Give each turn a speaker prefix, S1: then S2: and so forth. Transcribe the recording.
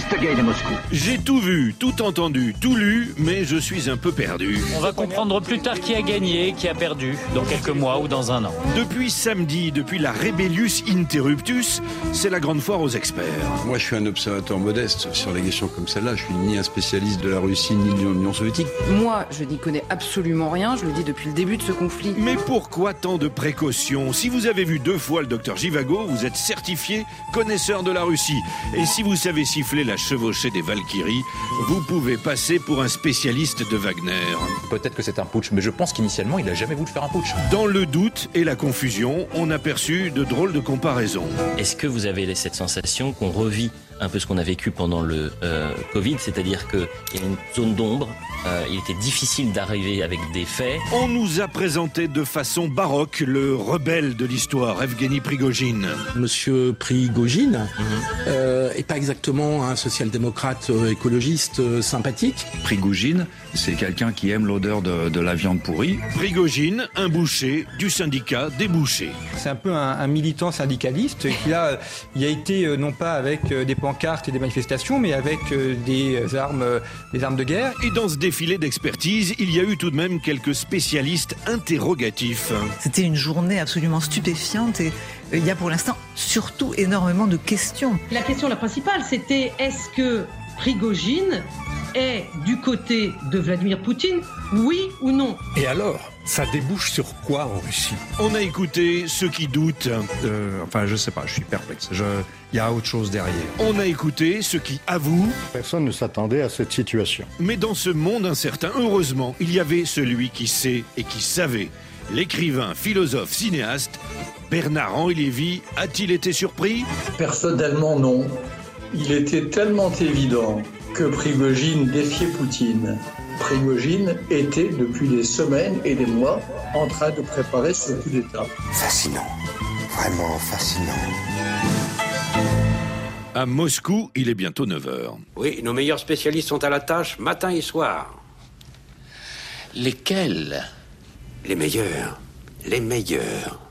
S1: Baptiste Gay de Moscou.
S2: J'ai tout vu, tout entendu, tout lu, mais je suis un peu perdu.
S3: On va comprendre plus tard qui a gagné, qui a perdu, dans quelques mois ou dans un an.
S2: Depuis samedi, depuis la Rebellius Interruptus, c'est la grande foire aux experts.
S4: Moi, je suis un observateur modeste sur les questions comme celle-là. Je suis ni un spécialiste de la Russie ni de l'Union soviétique.
S5: Moi, je n'y connais absolument rien, je le dis depuis le début de ce conflit.
S2: Mais pourquoi tant de précautions Si vous avez vu deux fois le docteur Givago, vous êtes certifié connaisseur de la Russie. Et si vous savez siffler la chevauchée des Valkyries, vous pouvez passer pour un spécialiste de Wagner.
S6: Peut-être que c'est un putsch, mais je pense qu'initialement, il n'a jamais voulu faire un putsch.
S2: Dans le doute et la confusion, on aperçut de drôles de comparaisons.
S7: Est-ce que vous avez cette sensation qu'on revit un peu ce qu'on a vécu pendant le euh, Covid, c'est-à-dire qu'il y a une zone d'ombre, euh, il était difficile d'arriver avec des faits.
S2: On nous a présenté de façon baroque le rebelle de l'histoire, Evgeny Prigogine.
S8: Monsieur Prigogine mm -hmm. euh, et pas exactement un social-démocrate euh, écologiste sympathique.
S9: Prigogine, c'est quelqu'un qui aime l'odeur de, de, la viande pourrie.
S2: Prigogine, un boucher du syndicat des bouchers.
S10: C'est un peu un, un, militant syndicaliste qui a, il a été euh, non pas avec des cartes et des manifestations, mais avec euh, des armes, des armes de guerre.
S2: Et dans ce défilé d'expertise, il y a eu tout de même quelques spécialistes interrogatifs.
S11: C'était une journée absolument stupéfiante et il y a pour l'instant surtout énormément de questions.
S12: La question la principale, c'était est-ce que Prigogine est du côté de Vladimir Poutine, oui ou non
S13: Et alors ça débouche sur quoi en Russie
S2: On a écouté ceux qui doutent.
S13: Euh, enfin, je sais pas, je suis perplexe. Je... Il y a autre chose derrière.
S2: On a écouté ceux qui avouent.
S14: Personne ne s'attendait à cette situation.
S2: Mais dans ce monde incertain, heureusement, il y avait celui qui sait et qui savait. L'écrivain, philosophe, cinéaste, Bernard-Henri Lévy, a-t-il été surpris
S15: Personnellement, non. Il était tellement évident que Prigogine défiait Poutine. Prigogine était depuis des semaines et des mois en train de préparer ce coup d'État.
S16: Fascinant, vraiment fascinant.
S2: À Moscou, il est bientôt 9h.
S17: Oui, nos meilleurs spécialistes sont à la tâche matin et soir.
S18: Lesquels
S17: Les meilleurs. Les meilleurs.